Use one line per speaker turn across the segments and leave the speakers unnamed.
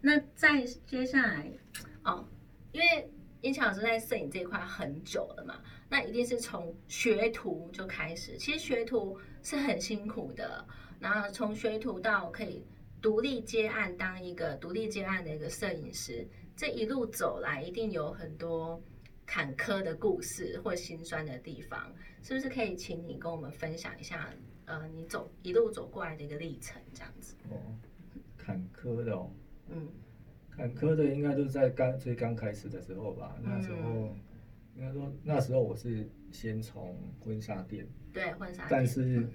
那再接下来，哦，因为音强老师在摄影这一块很久了嘛，那一定是从学徒就开始。其实学徒是很辛苦的，然后从学徒到可以独立接案，当一个独立接案的一个摄影师，这一路走来一定有很多坎坷的故事或心酸的地方，是不是可以请你跟我们分享一下？呃，你走一路走过来的一个历程，这样子，
哦，坎坷的哦，
嗯
坎坷的应该就是在刚最刚开始的时候吧。那时候
嗯
应该说那时候我是先从婚纱店，
对，婚纱店，
但是
嗯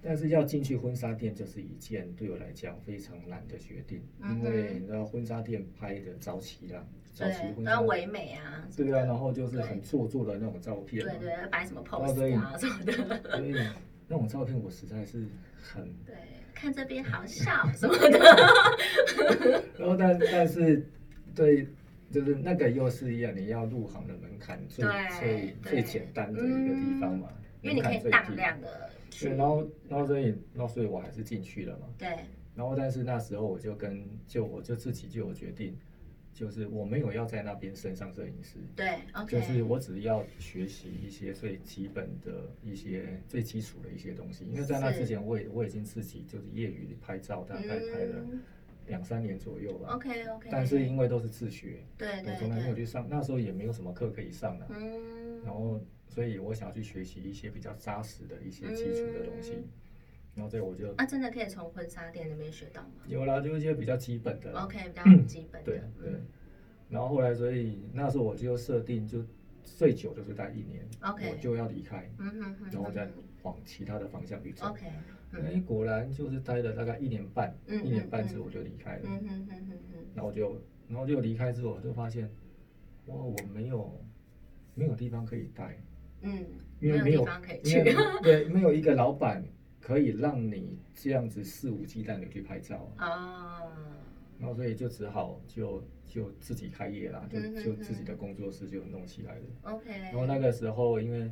但是要进去婚纱店就是一件对我来讲非常难的决定，
嗯
因
哼
为你知道婚纱店拍的早期啦，早期
对，
婚
然
纱
后唯美啊，
对啊，然后就是
对
很做作的那种照
对
片嘛，啊
对，摆什么
所以
pose 啊什么的，
所以那种照片我实在是很
对，看这边好笑什么的，
然后但但是对，就是那个又是一样，你要入行的门槛最
对
最
对嗯
最简单的一个地方嘛，
因为你
门
可
槛
以
最
大
低。
量的去
对，，然后然后所以然后所以我还是进去了嘛。
对，
然后但是那时候我就跟就我就自己就有决定，就是我没有要在那边升上摄影师。
对，OK，
就是我只要学习一些最基本的一些最基础的一些东西，因为在那
是
之前我也我已经自己就是业余拍照，大概拍了
嗯
两三年左右吧。
OK OK，
但是因为都是自学，
对
我
对
从来没有
对，
去上，那时候也没有什么课可以上的、
嗯
然后，所以我想去学习一些比较扎实的一些基础的东西。
嗯
然后，所以我就
啊，真的可以从婚纱店那边学到吗
有啦，就是一些比较基本的啦。
？OK，比较基本的，
对对
嗯。
然后后来，所以那时候我就设定，就最久就是待一年
OK
我就要离开，
嗯哼哼，
然后再
嗯
往其他的方向去走。
哼 OK，嗯
哎，果然就是待了大概一年半，
嗯
一年半
嗯
之后我就离开了。
嗯哼哼哼哼，
然后我就，然后就离开之后，我就发现，哇，我没有，没有地方可以待，
嗯，
因为
没
没
有
有
地方可以
因为
去
对，没有一个老板可以让你这样子肆无忌惮的去拍照啊，
哦，
然后所以就只好就就自己开业啦，就
嗯哼
就
哼哎
自己的工作室就弄起来了。
OK，
然后那个时候因为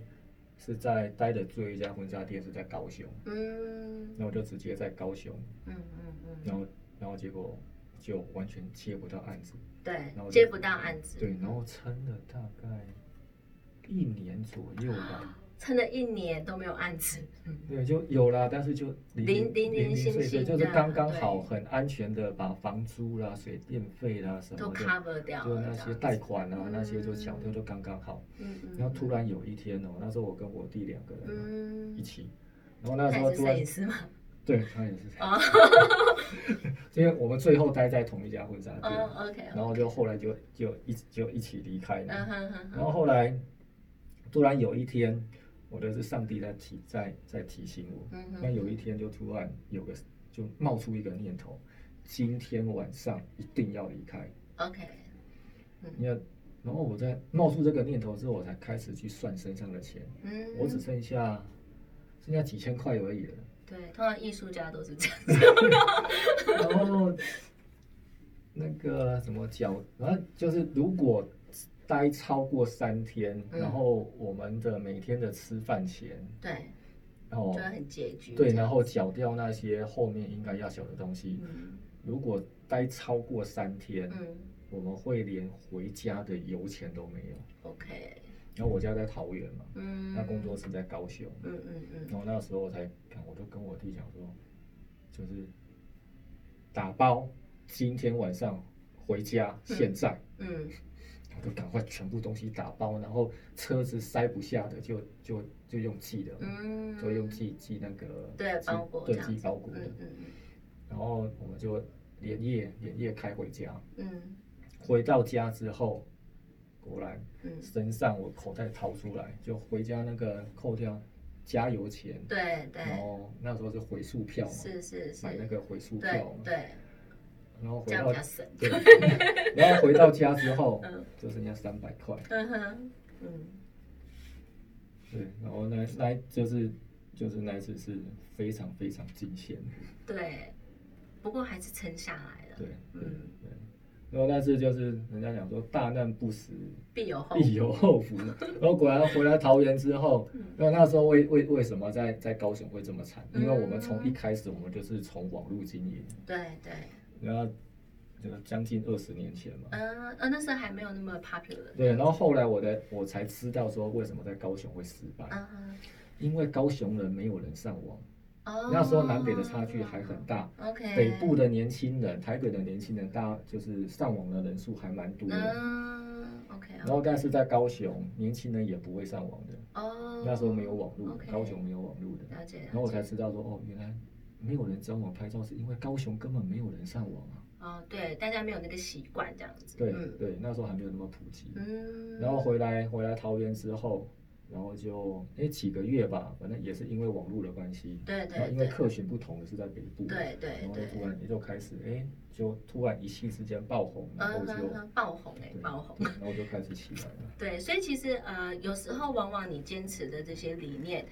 是在待的最后一家婚纱店是在高雄，
嗯
那我就直接在高雄，
嗯嗯
然
嗯，
后然后结果就完全接不到案子。
对
然后，就
接不到案子，
对，然后撑了大概一年左右吧，
撑了一年都没有案子，嗯
对，就有啦，但是就零
零零零
零
星
碎碎，
星
就是
这样
刚刚好，
对
很安全的把房租啦、水电费啦什
都
么的，
cover 掉
就
了，
那
这
些
样
贷
子，
款啊
嗯
那些就缴掉，就刚刚好。
嗯嗯，
然后突然有一天哦，那时候我跟我弟两个人
嗯，
一
嗯，
起，然后那时
他
候
也是
突
摄
然
影师嘛，
对他也是这样，
哦
因为我们最后待在同一家婚纱店，
哦，OK，
然后就后来就就一起就一起离开了。
嗯哼哼
然后
哼，
后来，突然有一天，我的是上帝在提在在提醒我。
嗯
那
哼，
有一天就突然有个就冒出一个念头，今天晚上一定要离开。
OK，
你看，然后我在冒出这个念头之后，我才开始去算身上的钱，
嗯，
我只剩下剩下几千块 而已了。
对，通常艺术家都是这样，
然后那个什么缴，然后就是如果待超过三天，
嗯
然后我们的每天的吃饭钱，哦
对，
然后
就会很拮据，
对，
这样
然后缴掉那些后面应该要缴的东西。
嗯
如果待超过三天，
嗯
我们会连回家的油钱都没有。
，OK，
然后我家在桃园嘛，
嗯，
那工作室在高雄，
嗯，嗯嗯
然后那时候我才，看我就跟我弟讲说，就是打包今天晚上回家，
嗯
现在，
嗯
然后就赶快全部东西打包，然后车子塞不下的就就就用寄的，
嗯，
就用寄寄那个
对
寄
包裹
对
这样
寄包裹的。
嗯嗯
然后我们就连夜连夜开回家。
嗯
回到家之后，果然
嗯，
身上我口袋掏出来，就回家那个扣掉加油钱，
对
然
对，
后那时候是回数票嘛，
是是
买那
是，
个回数
对
票嘛，
对，
然后
这
回
样
到
比较省。
对，然后回到家之后
嗯
就剩下三百块，
嗯哼，嗯，
对，然后那那就是就是那一次是非常非常惊险，
对，不过还是撑下来了，
对对
嗯
对，然后那次就是人家讲说大难不死。
必有后。
必有后福。然后果然回来桃园之后
嗯，
那那时候为为为什么在在高雄会这么惨？因为我们从
嗯
一开始我们就是从网络经营，
对对，
然后这个将近二十年前嘛。
嗯呃，那时候还没有那么 popular。
对，然后后来我的我才知道说为什么在高雄会失败，
嗯哼，
因为高雄人没有人上网，
哦，嗯
那时候南北的差距还很。大。
OK。
北部的年轻人，台北的年轻人，大就是上网的人数还蛮多的。
嗯，OK
然后，但是在高雄，年轻人也不会上网的，
哦，
那时候没有网络
OK，
高雄没有网络的。
了解。
然后我才知道说，哦，原来没有人找我拍照，是因为高雄根本没有人上网啊。
哦，对，大家没有那个习惯这样子。
对
嗯
对，那时候还没有那么普及。
嗯。
然后回来回来桃园之后，然后就哎几个月吧，反正也是因为网络的关系，
对
然后
对
因为
对
客群不同的是在北部，
对对
然后就突
对，
然也就开始哎，就突然一夕之间爆红，然后
嗯
就
哼哼，爆红哎
对，
爆红。
对然后就开始起来了。
对，所以其实呃，有时候往往你坚持的这些理念，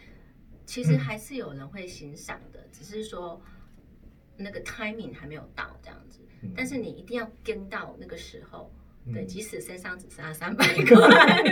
其实还是有人会欣赏的，只是说那个 timing 还没有到这样子。
嗯
但是你一定要跟到那个时候，对，
嗯
即使身上只剩下三百块，